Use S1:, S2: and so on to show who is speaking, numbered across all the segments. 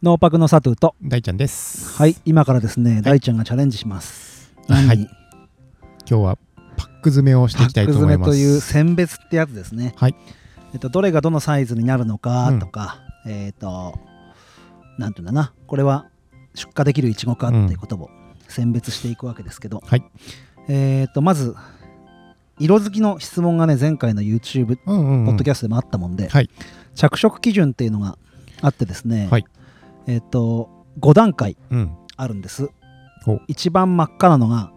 S1: ノーパクの佐藤と
S2: 大ちゃんです。
S1: はい今からですね、大ちゃんがチャレンジします
S2: はい
S1: 何に
S2: 今日はパック詰めをして
S1: パ
S2: いきた
S1: ッ
S2: い
S1: ク
S2: と思
S1: 詰
S2: い
S1: め
S2: ま
S1: と
S2: す。
S1: いう選別ってやつですね
S2: はい
S1: えっとどれがどのサイズになるのか
S2: うん
S1: とか、えっ、となんていうんだなこれは出荷できるイチゴかっていうことを選別していくわけですけど、
S2: はい
S1: えっ、とまず色づきの質問がね前回の YouTube
S2: うんうんうん、
S1: ポッドキャストでもあったもんで、
S2: はい
S1: 着色基準っていうのがあってですね、
S2: はい
S1: えっ、と5段階
S2: うん
S1: あるんです
S2: お
S1: 一番真っ赤なのが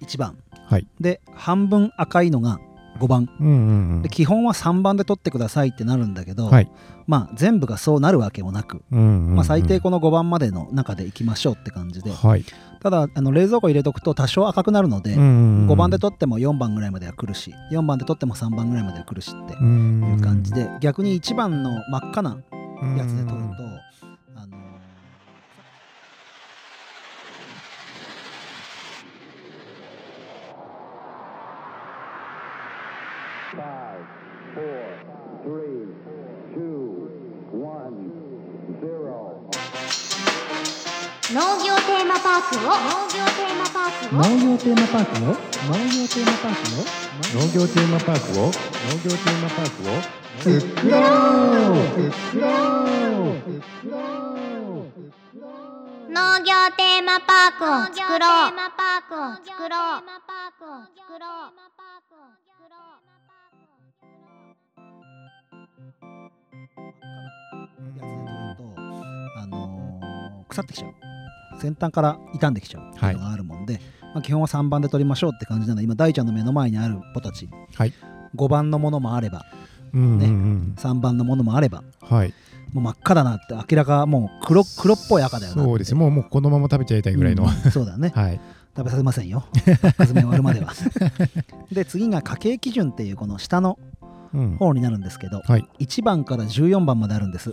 S1: 1番、
S2: はい
S1: で半分赤いのが5番
S2: うんうんうん
S1: で基本は3番で取ってくださいってなるんだけど、
S2: はい
S1: まあ全部がそうなるわけもなく、
S2: うんうんうん
S1: まあ、最低この5番までの中でいきましょうって感じで、
S2: はい
S1: ただあの冷蔵庫入れとくと多少赤くなるので、
S2: 5
S1: 5番で取っても4番ぐらいまでは来るし4番で取っても3番ぐらいまでは来るしってい
S2: いう
S1: 感じで逆に1番の真っ赤なやつで取ると、あの
S3: 農業テーマパークを農業テーマパークを
S4: 農業テーマパークを農業テーマパークを
S2: 農業テーマパークを農業テーマパークを
S4: 作ろう作ろう
S3: 農業テーマパークを作ろう農業テーマパークを作ろう
S1: やつで取ると、あのー腐ってきちゃう先端から傷んできちゃうっていうのがあるもんで、まあ、基本は3番で取りましょうって感じなので今大ちゃんの目の前にあるポたち
S2: はい
S1: 5番のものもあれば
S2: うんうん
S1: ね
S2: うん
S1: 3番のものもあれば
S2: はい
S1: もう真っ赤だなって明らかもう黒黒っぽい赤だよなって
S2: そうですねもうもうこのまま食べちゃいたいぐらいの、
S1: うんそうだね
S2: はい
S1: 食べさせませんよ缶詰終わるまではで次が家計基準っていうこの下の
S2: うん
S1: 方になるんですけど、
S2: はい
S1: 1番から14番まであるんです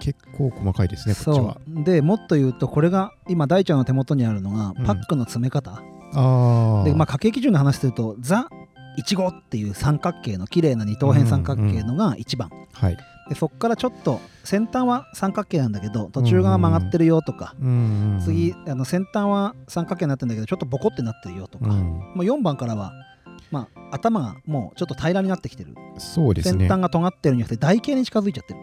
S2: 結構細かいですねこっちは
S1: そうでもっと言うとこれが今大ちゃんの手元にあるのが
S2: うん
S1: パックの詰め方、
S2: ああ
S1: で、まあ、家計基準の話するとザ・イチゴっていう三角形の綺麗な二等辺三角形のが1番、
S2: はい
S1: でそこからちょっと先端は三角形なんだけど途中側曲がってるよとか、
S2: うんうん
S1: 次あの先端は三角形になってるんだけどちょっとボコってなってるよとか、
S2: うん
S1: もう4番からは、まあ、頭がもうちょっと平らになってきてる、
S2: そうです
S1: 先
S2: ね
S1: 端が尖ってるんじゃなくて台形に近づいちゃってる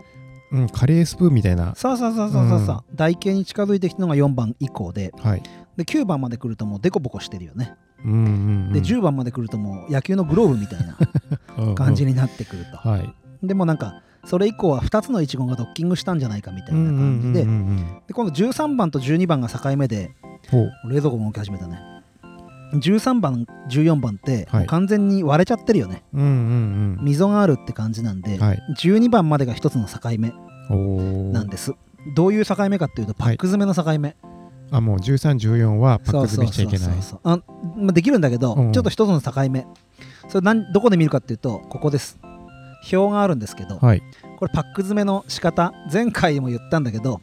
S2: うんカレースプーンみたいな
S1: さあさあさあさあさあさあ、台形に近づいてきたのが4番以降で
S2: はい
S1: で9番まで来るともうデコボコしてるよね、
S2: うんうんうん
S1: で10番まで来るともう野球のグローブみたいな感じになってくる と、
S2: はい
S1: でもなんかそれ以降は2つのイチゴがドッキングしたんじゃないかみたいな感じで,、
S2: うんうんうんうん
S1: で今度13番と12番が境目で
S2: ほう
S1: 冷蔵庫も動き始めたね13番14番って
S2: はい
S1: もう完全に割れちゃってるよね、
S2: うんうん
S1: 溝があるって感じなんで、
S2: うんはい
S1: 12番までが1つの境目
S2: お
S1: なん
S2: お
S1: ですどういう境目かっていうとパック詰めの境目、
S2: あもう1314はパッ
S1: そう
S2: ク
S1: そう
S2: 詰めしちゃ
S1: そ
S2: いけな
S1: う
S2: い
S1: そうそうあまあ、できるんだけど、
S2: うん
S1: ちょっと一つの境目それ何どこで見るかっていうとここです表があるんですけど、
S2: はい
S1: これパック詰めの仕方前回も言ったんだけど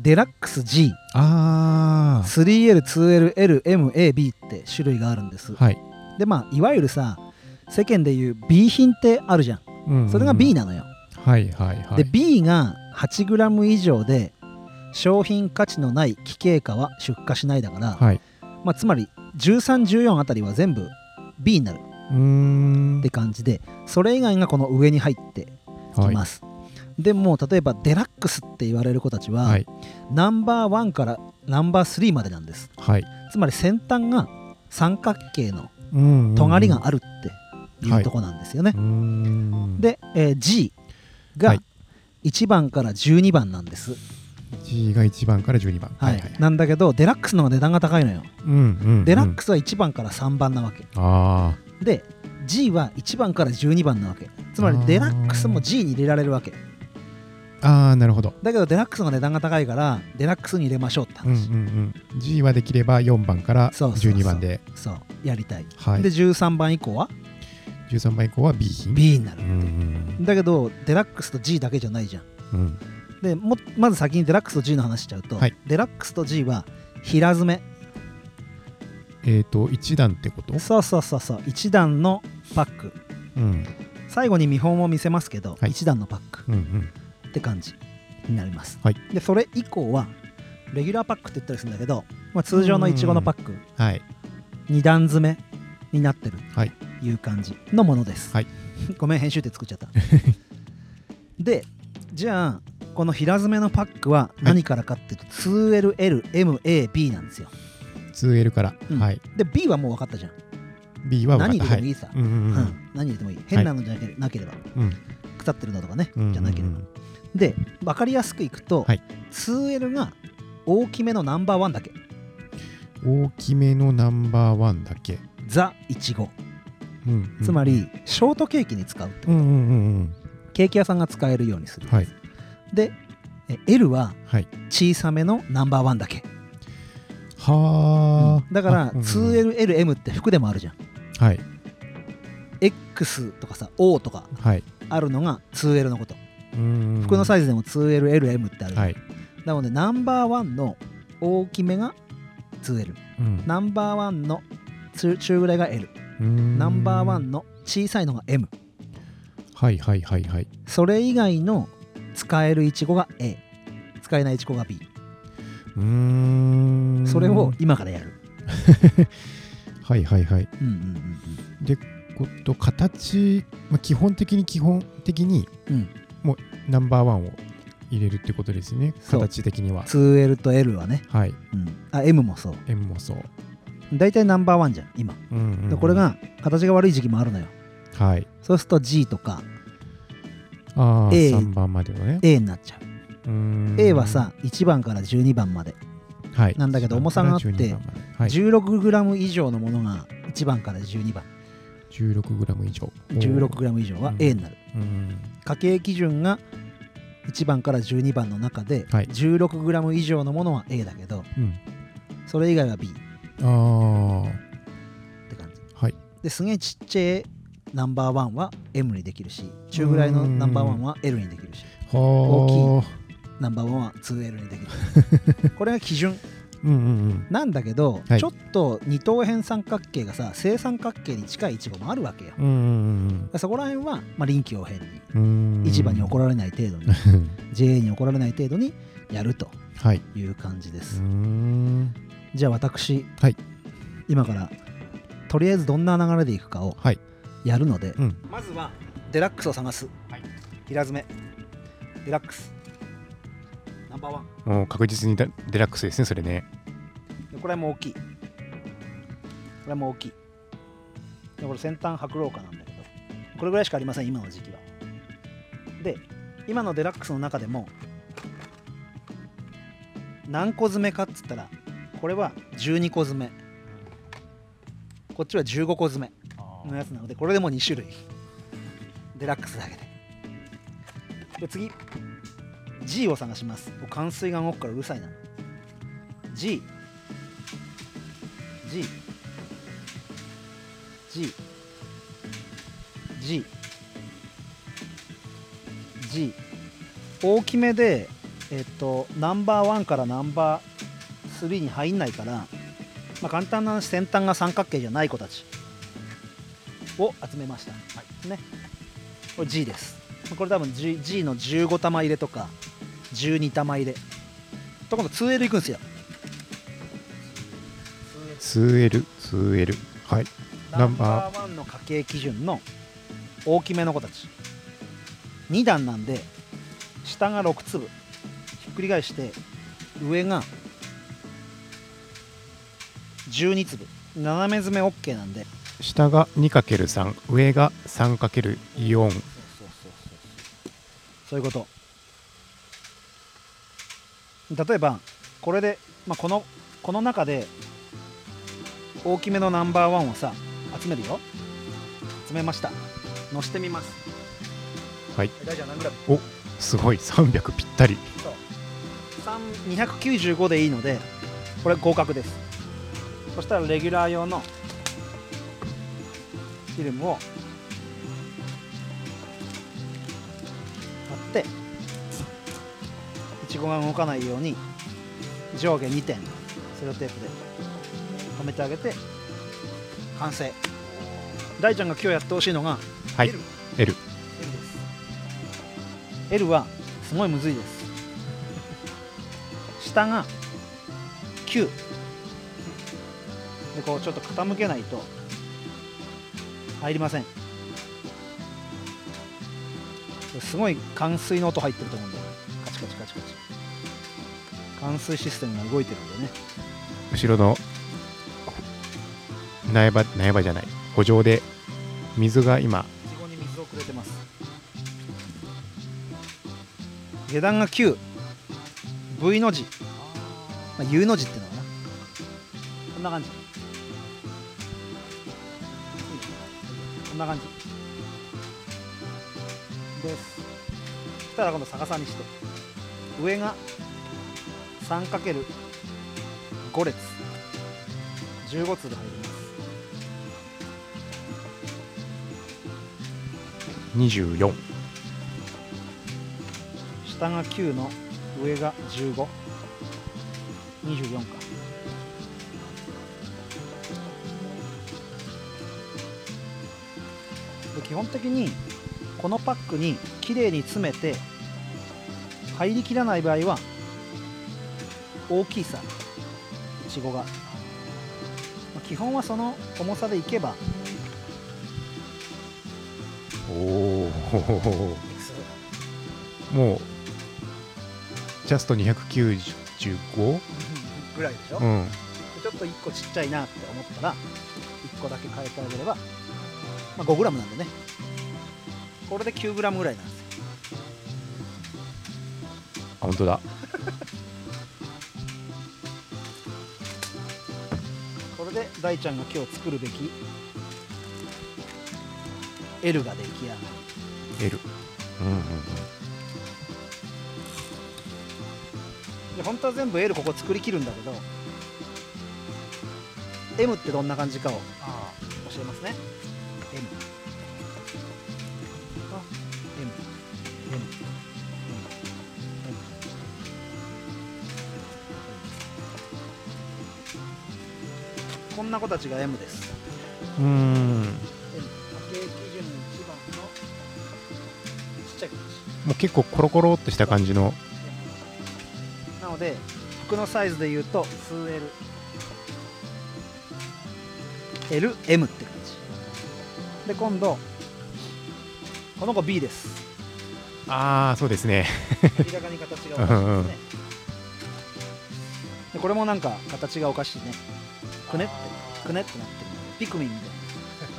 S1: デラックス G
S2: あ
S1: 3L2LLMAB って種類があるんです、
S2: あはい
S1: でまあいわゆるさ世間でいう B 品ってあるじゃん
S2: うんうんうん
S1: それが B なのよ、
S2: はいはいはい
S1: で B が 8g 以上で商品価値のない奇形化は出荷しないだから、
S2: はい
S1: まあ、つまり1314あたりは全部 B になる
S2: うーん
S1: って感じでそれ以外がこの上に入ってき
S2: はい
S1: ます、でもう例えばデラックスって言われる子たちは、
S2: はい
S1: ナンバーワンからナンバー3までなんです
S2: はい
S1: つまり先端が三角形の
S2: うんうんうん
S1: 尖りがあるってい
S2: は
S1: う
S2: い
S1: とこなんですよね
S2: うー、ん
S1: で、えー G
S2: は
S1: が
S2: い
S1: 1番から12番なんです、
S2: G が1番から12番
S1: はいなんだけどデラックスの方が値段が高いのよ、
S2: うんうん
S1: デラックスは1番から3番なわけ
S2: スあ
S1: で G は1番から12番なわけつま
S2: あ
S1: り
S2: ー
S1: デラックスも G に入れられるわけ
S2: あああなるほど
S1: だけどデラックスの値段が高いからデラックスに入れましょうって
S2: うんう
S1: 話、
S2: んうん G はできれば4番から
S1: そうそうそう
S2: 12番で
S1: そうやりたい、
S2: はい
S1: で13番以降は
S2: 13番以降は B 品
S1: B にな
S2: う
S1: る
S2: んうん
S1: だけどデラックスと G だけじゃないじゃん
S2: うん
S1: でもまず先にデラックスと G の話しちゃうと、
S2: はい
S1: デラックスと G は平詰め
S2: えっと1段ってこと
S1: そうそうそうそう1段のパック
S2: うん
S1: 最後に見本を見せますけど、
S2: はい
S1: 1段のパック
S2: うんうん
S1: って感じになります、
S2: はい
S1: でそれ以降はレギュラーパックって言ったりするんだけど、まあ、通常のいちごのパック
S2: はい
S1: 2段詰めになってる
S2: はい
S1: という感じのものです、
S2: はい
S1: ごめん編集点作っちゃった でじゃあこの平詰めのパックは何からかっていうと 2LLMAB なんですよ
S2: 2L から、
S1: うん
S2: はい
S1: で B はもう分かったじゃん
S2: B は分
S1: 何
S2: か
S1: 入れ
S2: った
S1: てもいいさ、
S2: はい、うんうん
S1: う
S2: うんん、
S1: 何入れてもいい変なのじゃなけなければ
S2: うん
S1: 腐ってるのとかね、
S2: うんうんうん
S1: じゃなければで分かりやすくいくと、
S2: はい
S1: 2L が大きめのナンバーワンだけ
S2: 大きめのナンバーワンだけ、
S1: ザイチゴ
S2: うんうん
S1: つまりショートケーキに使うって
S2: うんうんうん
S1: ケーキ屋さんが使えるようにす
S2: う
S1: る
S2: んはい
S1: でえ L は
S2: はい
S1: 小さめのナンバーワンだけ
S2: はあ、
S1: だから
S2: あうんうん
S1: 2LLM って服でもあるじゃん
S2: はい
S1: X とかさ O とか
S2: はい
S1: あるのが 2L のこと服
S2: 服
S1: のサ
S2: イ
S1: イズでも 2LLM ってある、
S2: はい、
S1: なのでナンバーワンの大きめが 2L
S2: うん
S1: ナンバーワンの中中ぐらいが L
S2: うん
S1: ナンバーワンの小さいのが M
S2: はいはいはいはい
S1: それ以外の使えるイチゴが A 使えないイチゴが B
S2: うーん
S1: それを今からやる
S2: はいはいはい
S1: うんうんうん
S2: こと形、まあ、基本的に基本的に
S1: うんうん
S2: ナンバーワンを入れるってことですね
S1: そう
S2: 形的には
S1: 2L と L はね、
S2: はい
S1: うん、あ M もそう
S2: M もそう、
S1: 大体ナンバーワンじゃん今
S2: うんうんうん
S1: でこれが形が悪い時期もあるのよ
S2: はい
S1: そうすると G とか
S2: ああ
S1: A
S2: 3番までのね
S1: A になっちゃう
S2: うーん
S1: A はさ1番から12番まで
S2: はい
S1: なんだけど重さがあって
S2: 12番まではい
S1: 16g 以上のものが1番から12番
S2: 16g 以上
S1: 16g 以上は A になる
S2: うん
S1: 家計基準が1番から12番の中で
S2: はい
S1: 16g 以上のものは A だけど
S2: うん
S1: それ以外は B っ
S2: あ
S1: て感じ
S2: あはい
S1: ですげえちっちゃいナンバーワンは M にできるし中ぐらいのナンバーワンは L にできるし
S2: はあ大きい
S1: ナンバーワンは 2L にでき るこれが基準
S2: うんうんうん
S1: なんだけど、
S2: はい
S1: ちょっと二等辺三角形がさ正三角形に近いイチゴもあるわけよ
S2: うんうん
S1: そこら辺は、まあ、臨機応変に
S2: うんうーん
S1: 市場に怒られない程度に JA に怒られない程度にやると
S2: はいう
S1: いう感じで
S2: ー
S1: す、
S2: ん
S1: じゃあ私、
S2: はい
S1: 今からとりあえずどんな流れでいくかを
S2: はい
S1: やるので、
S2: うん
S1: まずはデラックスを探す、平詰めデラックスナンバーワン
S5: もう確実にデデラックスですね、それね。
S1: でこれも大きいこれも大きいでこれ先端白老化なんだけどこれぐらいしかありません今の時期はで今のデラックスの中でも何個詰めかっつったらこれは12個詰めこっちは15個詰めのやつなのでこれでも2種類デラックスだけでで次 G を探しますもう冠水が動くからうるさいな G G G G G 大きめでえっとナンバーワンからナンバー3に入んないから、まあ、簡単な話先端が三角形じゃない子たちを集めました、ねこれ G ですこれ多分 G, G の15玉入れとか12玉入れと今度 2L いくんですよ
S2: 2L、2L。はい。
S1: ナ
S2: ナ
S1: ン
S2: ン
S1: バ
S2: バ
S1: ーワンの家計基準の大きめの子たち2段なんで下が6粒ひっくり返して上が12粒斜め詰め OK なんで
S2: 下が 2×3、上が 3×4。
S1: そういうこと例えばこれで、まあ、このこの中で大きめのナンバーワンをさ集めるよ集めました乗してみます
S2: はい
S1: え大丈夫何グラム
S2: すごい、300ぴったり。
S1: 3 295でいいのでこれ合格ですそしたらレギュラー用のフィルムを貼っていちごが動かないように上下2点セロテープで留めてあげて完成大ちゃんが今日やってほしいのが
S2: はい
S1: L,
S2: L
S1: L です L はすごいむずいです下が9でこうちょっと傾けないと入りませんすごい冠水の音入ってると思うんだよカチカチカチカチ冠水システムが動いてるんだよね
S5: 後ろの苗場苗場じゃない補助で水が今
S1: 非常に水をくれてます下段が 9V の字、まあ、U の字っていうのかなこんな感じこんな感じですそしたら今度逆さにして上が 3×5 列15通で入ります
S5: 24
S1: 下が9の上が1524かで基本的にこのパックにきれいに詰めて入りきらない場合は大きいさいちごがまあ基本はその重さでいけば
S5: おおもうジャスト295
S1: ぐらいでしょ、
S5: うん
S1: ちょっと1個ちっちゃいなって思ったら1個だけ変えてあげれば、まあ、5g なんでねこれで 9g ぐらいなんですよ
S5: あ本当だ
S1: これで大ちゃんが今日作るべき L が出来上がる
S5: L うんうん
S1: で本当は全部 L ここ作りきるんだけど M ってどんな感じかを教えますね M あ M M M M こんな子たちが M です
S5: うんうーん
S1: M 家計基準の一番のちっちゃい子たち
S5: もう結構コロコロっとした感じの
S1: なので服のサイズで言うと 2LLM って感じで今度この子 B です
S5: ああそうですね
S1: 明らかに形がおかしいですね、でこれもなんか形がおかしいねくねってくねってなってるのでピクミンみたいな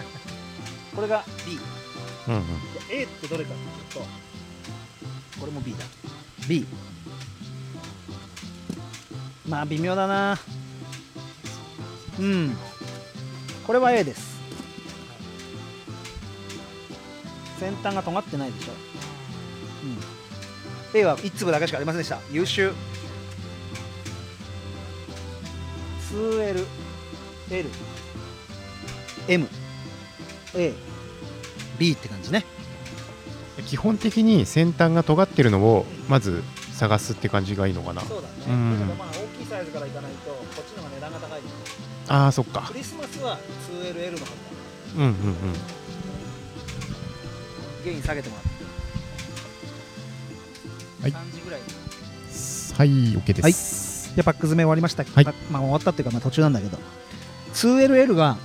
S1: これが B
S5: うんうん
S1: で A ってどれかっていうとこれも B だ B まあ微妙だなうんこれは A です先端が尖ってないでしょ、うん、A は1粒だけしかありませんでした優秀 2LLMA B って感じね
S5: 基本的に先端が尖ってるのをまず探すって感じがいいのかな
S1: そうだね、
S5: うん
S1: だけどまあ大きいサイズからいかないとこっちの方が値段が高いので
S5: ああそっか
S1: クリスマスは 2LL の方が
S5: うんうん
S1: ゲイン下げてもらって、
S2: はい
S1: 3時ぐらい
S2: はい、OK です。
S1: でパック詰め終わりました、
S2: はい
S1: ままあ終わったっていうかまあ途中なんだけど 2LL が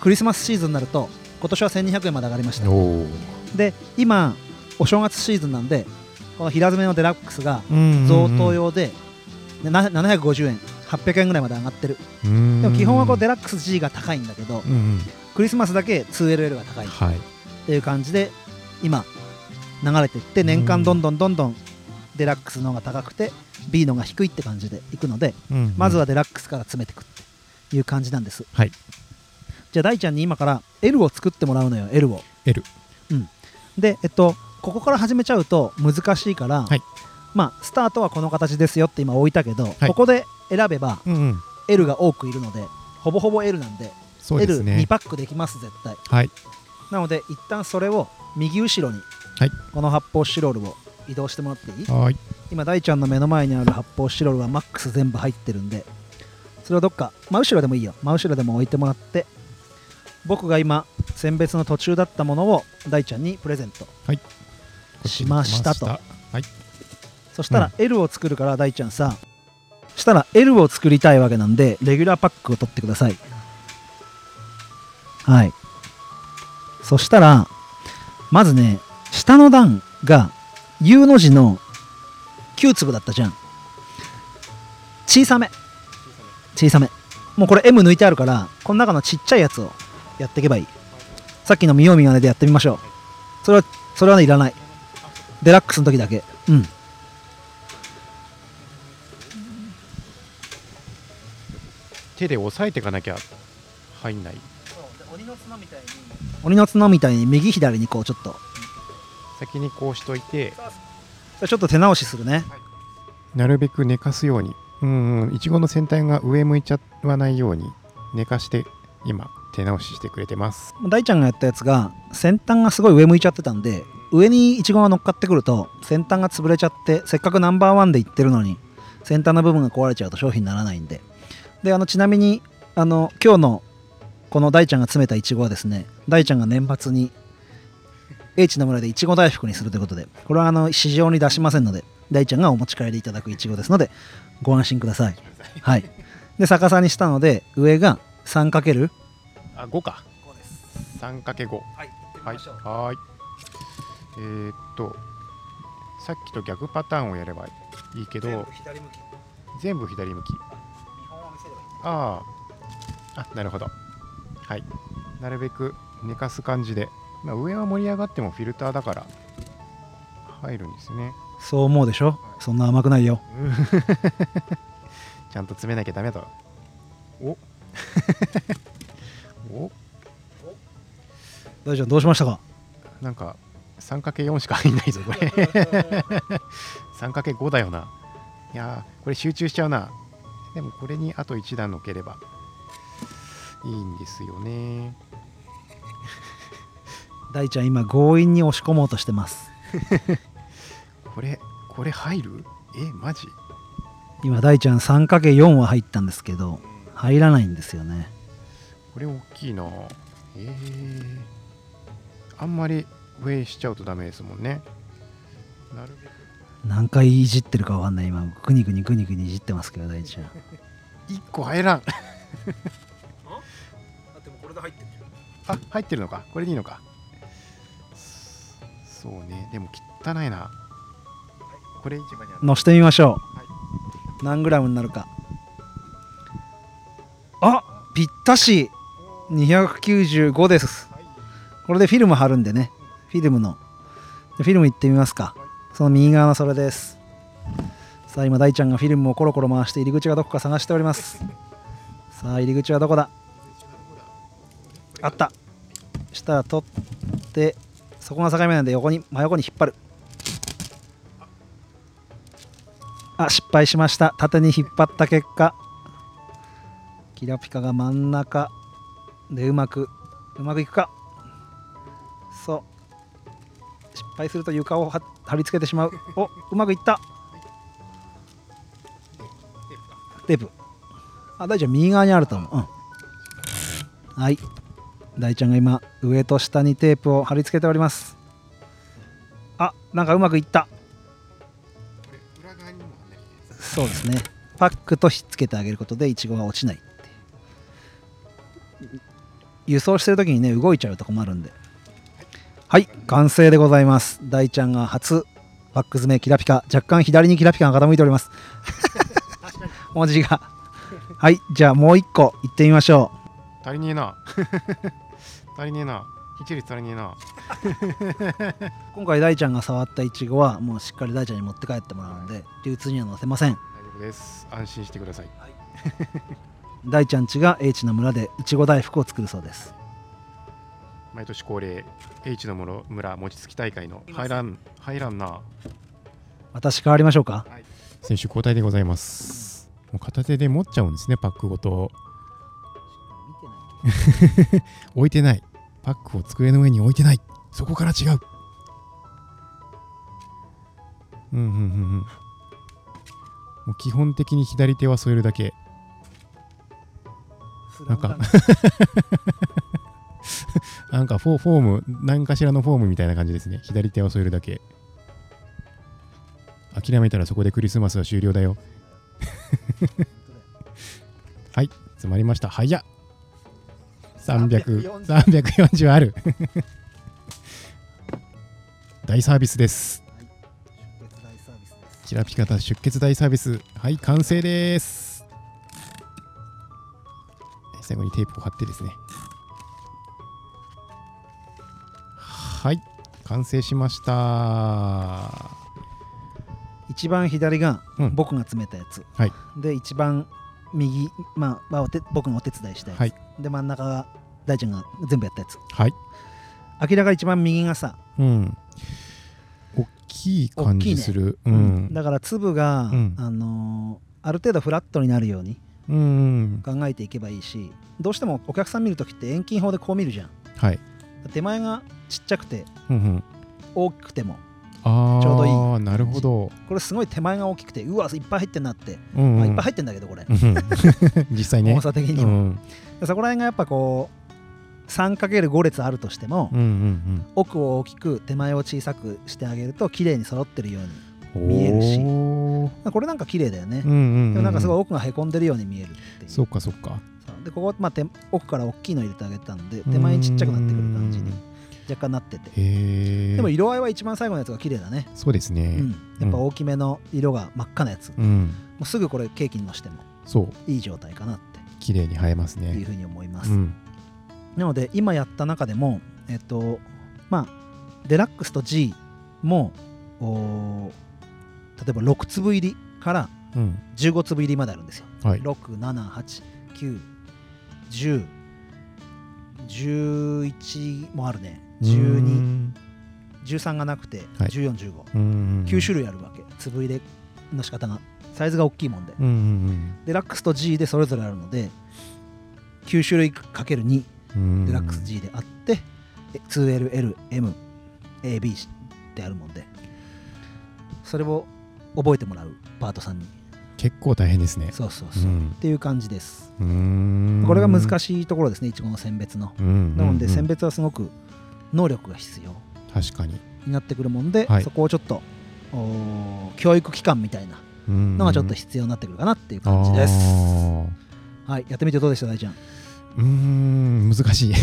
S1: クリスマスシーズンになると今年は1200円まで上がりました
S5: おお
S1: で今お正月シーズンなんでこの平詰めのデラックスが贈
S2: 贈
S1: 答用で、ねな750円800円ぐらいまで上がってる
S2: 用
S1: でも基本はこうデラックス G が高いんだけど、
S2: うんうん、
S1: クリスマスだけ 2LL が高いっ
S2: はい、
S1: ていう感じで今流れていって年間どんどんどんどんデラックスの方が高くて B のが低いって感じでいくので
S2: うんうん
S1: まずはデラックスから詰めていくっていう感じなんです、
S2: はい
S1: じゃあ大ちゃんに今から L を作ってもらうのよ L を
S2: L
S1: うんでえっとここから始めちゃうと難しいから、
S2: はい
S1: まあスタートはこの形ですよって今置いたけど、
S2: はい
S1: ここで選べば
S2: うんうん、
S1: L が多くいるのでほぼほぼ L なんで
S2: そうですね
S1: L2 パックできます絶対
S2: はい
S1: なので一旦それを右後ろに、
S2: はい
S1: この発泡スチロールを移動してもらっていい
S2: はーい
S1: 今大ちゃんの目の前にある発泡スチロールはマックス全部入ってるんでそれをどっか真後ろでもいいよ真後ろでも置いてもらって僕が今選別の途中だったものを大ちゃんにプレゼント
S2: こっちに
S1: しましたと
S2: 来ま
S1: そしたら L を作るから大ちゃんさしたら L を作りたいわけなんでレギュラーパックを取ってくださいはいそしたらまずね下の段が U の字の9粒だったじゃん小さめ小さめもうこれ M 抜いてあるからこの中のちっちゃいやつをやっていけばいいさっきの見よう見まねでやってみましょうそれはそれはねいらないデラックスの時だけうん
S2: 手で押さえていかなきゃ入んない
S1: 鬼の角みたいに鬼の角みたいに右左にこうちょっと
S2: 先にこうしといて
S1: ちょっと手直しするね
S2: なるべく寝かすようにうんうんいちごの先端が上向いちゃわないように寝かして今手直ししてくれてます
S1: 大ちゃんがやったやつが先端がすごい上向いちゃってたんで上にイチゴが乗っかってくると先端が潰れちゃってせっかくナンバーワンでいってるのに先端の部分が壊れちゃうと商品にならないんでであのちなみにあの今日のこの大ちゃんが詰めたイチゴはですね大ちゃんが年末に H の村でいちご大福にするということでこれはあの市場に出しませんので大ちゃんがお持ち帰りいただくいちごですのでご安心くださいはいで逆さにしたので上が 3×
S2: あ5か3かけ5
S1: はい
S2: はいはーいえー、っとさっきと逆パターンをやればいいけど
S1: 左向き
S2: 全部左向き
S1: 見本を見せればいい
S2: あああなるほどはいなるべく寝かす感じで、まあ、上は盛り上がってもフィルターだから入るんですね
S1: そう思うでしょそんな甘くないよ
S2: うんちゃんと詰めなきゃダメだお お
S1: 大ちゃんどうしましたか
S2: なんか 3×4 しか入んないぞこ れ 3×5 だよないやーこれ集中しちゃうなでもこれにあと1段のければいいんですよね
S1: 大ちゃん今強引に押し込もうとしてます
S2: これこれ入るえマジ
S1: 今大ちゃん 3×4 は入ったんですけど入らないんですよね
S2: これ大きいなえー、あんまり上しちゃうとダメですもんねなるべく
S1: 何回いじってるかわかんない今グニグニグニグニいじってますけど大ちゃん
S2: 1個入らん
S1: でもこれで入ってる
S2: あ入ってるのかこれでいいのかそそうねでも汚いなこれ一番にある
S1: のしてみましょう何グラムになるかあぴったし295ですこれでフィルム貼るんでねフィルムのフィルムいってみますかその右側のそれですさあ今大ちゃんがフィルムをコロコロ回して入り口がどこか探しておりますさあ入り口はどこだあったしたら取ってそこが境目なんで横に真横に引っ張るあ失敗しました縦に引っ張った結果キラピカが真ん中でうまくうまくいくかそう失敗すると床をは貼り付けてしまうおうまくいったテープあ大ちゃん右側にあると思う、うん、はい大ちゃんが今上と下にテープを貼り付けておりますあなんかうまくいった
S2: 裏側にもあんなに
S1: そうですね。パックとひっつけてあげることでイチゴが落ちないっていう輸送してる時にね動いちゃうと困るんで。はい、完成でございます。大ちゃんが初パック詰めキラピカ、若干左にキラピカが傾いており ます。文字が。はい、じゃあもう一個いってみましょう。
S2: 足りねえな 足りねえな一率足りねえな
S1: 今回大ちゃんが触ったイチゴはもうしっかり大ちゃんに持って帰ってもらうので流通には載せません。
S2: 大丈夫です安心してください
S1: 大ちゃん家が H の村でいちご大福を作るそうです。
S2: 毎年恒例 H の村村餅つき大会の入らん入らんな
S1: 私変わりましょうか。
S6: 選手交代でございますもう片手で持っちゃうんですねパックごと
S1: 見てない
S6: 置いてないパックを机の上に置いてないそこから違ううんうんうんうんもう基本的に左手は添えるだけなんかなんかフォフォーム何かしらのフォームみたいな感じですね左手は添える だけ諦めたらそこでクリスマスは終了だよ
S2: はい詰まりました早っ300 340ある大サービスです
S1: 出血大サービスです
S2: キラピカタ出血大サービスはい完成です最後にテープを貼ってですねはい完成しましたは
S1: 一番左が
S2: うん
S1: 僕が詰めたやつ、
S2: はい
S1: で一番右、まあまあ、お手僕がお手伝いしたやつ、
S2: はい
S1: で真ん中が大ちゃんが全部やったやつ
S2: い
S1: 明らか一番右がさ、
S2: うん大きい感じする、うん
S1: だから粒が、
S2: うん
S1: あのーある程度フラットになるように
S2: うん
S1: 考えていけばいいしどうしてもお客さん見るときって遠近法でこう見るじゃん
S2: はい、
S1: 手前がちっちゃくて
S2: うんうん、
S1: 大きくても
S2: ああ
S1: ちょうどいい
S2: なるほど、
S1: これすごい手前が大きくてうわいっぱい入ってんなって、
S2: うんうん
S1: まあいっぱい入ってんだけどこれ、
S2: うんうん 実際ね
S1: 重さ的に
S2: う
S1: も、
S2: ん
S1: でそこら辺がやっぱこう 3×5 列あるとしても、
S2: うんうん
S1: 奥を大きく手前を小さくしてあげると綺麗に揃ってるように
S2: うん
S1: 見えるし
S2: おー
S1: まあこれなんか綺麗だよね、
S2: うんうん、うん、
S1: でもなんかすごい奥がへこんでるように見えるっていう
S2: そっかそっか
S1: そうでここ、まあ、手奥から大きいの入れてあげたんで手前にちっちゃくなってくる感じに若干なってて
S2: うんへえ
S1: でも色合いは一番最後のやつが綺麗だね、
S2: そうですね
S1: うん、やっぱ大きめの色が真っ赤なやつ、
S2: うん、
S1: もうすぐこれケーキにのしても
S2: そう
S1: いい状態かなっ
S2: 綺麗に生えます
S1: ていう
S2: ね
S1: ふうに思いま
S2: う
S1: す、
S2: ん
S1: なので今やった中でもえっとまあデラックスと G もおー例えば6粒入りから
S2: うん
S1: 15粒入りまであるんですよ
S2: はい
S1: 67891011もあるね
S2: う
S1: 1213
S2: ん
S1: がなくて
S2: はい
S1: 1415、
S2: うん
S1: 9種類あるわけ粒入れの仕方がサイズが大きいもんで、
S2: うんうん
S1: デラックスと G でそれぞれあるので9種類かける2
S2: うん
S1: デラックス G であって、え 2LLMAB ってあるもんでそれを覚えてもらうパートさんに
S2: 結構大変ですね
S1: そうそうそう、
S2: うん
S1: っていう感じです
S2: うーん
S1: これが難
S2: し
S1: しいところですねいちごの選別の
S2: い、うんうんうん
S1: なので選別はすごく能力が必要
S2: 確かに
S1: になってくるもんで、
S2: はい
S1: そこをちょっとおー教育機関みたいな
S2: の
S1: のがちょっと必要になってくるかなっていう感じです、はいやってみてどうでした大ちゃん
S2: うーん難しい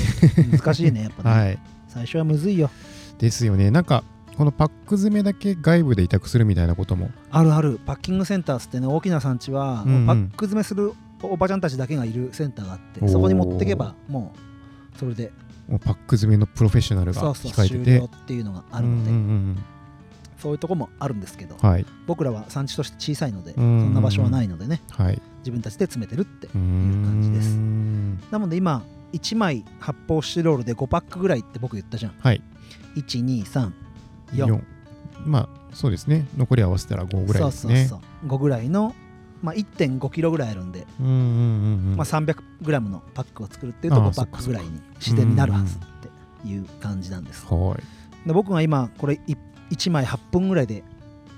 S1: 難しいねやっぱね、
S2: はい
S1: 最初はむずいよ
S2: ですよねなんかこのパック詰めだけ外部で委託するみたいなことも
S1: あるあるパッキングセンターっつってね大きな産地は、
S2: うんうん
S1: パック詰めするおばちゃんたちだけがいるセンターがあっ
S2: お
S1: て
S2: ー
S1: そこに持ってけばもうそれで
S2: もうパック詰めのプロフェッショナルが
S1: そうそう
S2: 控えて
S1: 終
S2: て
S1: 了っていうのがあるので、
S2: うんうん
S1: そういうとこもあるんですけど、
S2: うんはい
S1: 僕らは産地として小さいので、
S2: うんうんうん
S1: そんな場所はないのでね
S2: はい
S1: 自分たちで詰めてるって
S2: うーん
S1: 感じですなので今1枚発泡スチロールで5パックぐらいって僕言ったじゃん
S2: はい
S1: 1234
S2: 4まあそうですね残り合わせたら5ぐ
S1: そ
S2: らいで
S1: う
S2: す
S1: そう
S2: ね
S1: そう5ぐらいの、まあ、1 5キロぐらいあるんで、
S2: うんうんうんうん
S1: まあ、300g のパックを作るっていうと
S2: ああ
S1: 5パックぐらいに自然になるはずっていう感じなんです
S2: はい
S1: で僕が今これ1枚8分ぐらいで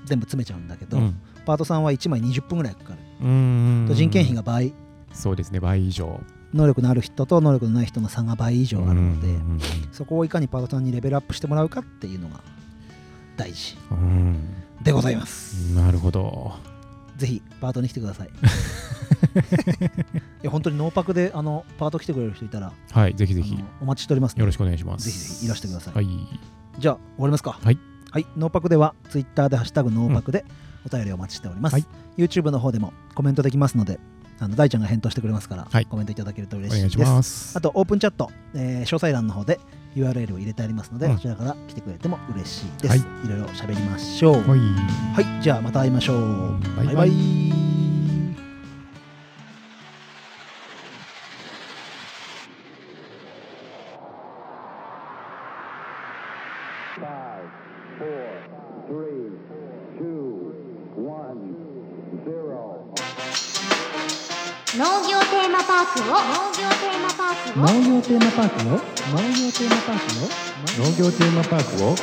S1: 全部詰めちゃうんだけど、
S2: うん
S1: パートさんは1枚20分ぐらいかかる、
S2: うんうんうん
S1: と人件費が倍
S2: そうですね倍以上
S1: 能力のある人と能力のない人の差が倍以上あるので、
S2: うんうん
S1: そこをいかにパートさんにレベルアップしてもらうかっていうのが大事
S2: うん
S1: でございます。
S2: うんなるほど
S1: ぜひパートに来てくだ さい。いや本当にノーパクであのパート来てくれる人いたら
S2: はいぜひぜ
S1: あ
S2: ひ
S1: のお待ちしておりますので
S2: よろしくお願いします
S1: ぜひぜひいらしてください
S2: はい
S1: じゃあ終わりますか
S2: はい、
S1: はい、ノーパクではツイッターで「ハッシュタグノーパク」でお便りをお待ちしております、
S2: はい
S1: YouTube の方でもコメントできますのであの大ちゃんが返答してくれますから、
S2: はい
S1: コメントいただけると
S2: お
S1: 嬉しい
S2: 願
S1: で
S2: い
S1: す
S2: します
S1: あとオープンチャット、えー詳細欄の方で URL を入れてありますので、
S2: うん
S1: そちらから来てくれても嬉しいです、
S2: はいい、
S1: ろいろ喋りましょうは、
S2: はいい
S1: じゃあまた会いましょう
S2: バイバイ
S1: バイバイ
S3: 農業テーマパークを農業テーマパークを
S4: 農業テーマパークを農業テーマパークを
S7: 農業テーマパークを農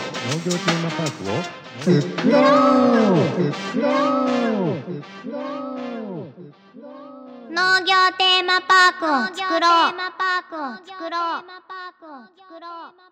S7: 業テーマパークを
S4: 作ろう作ろう作ろう
S3: 農業テーマパークを作ろう。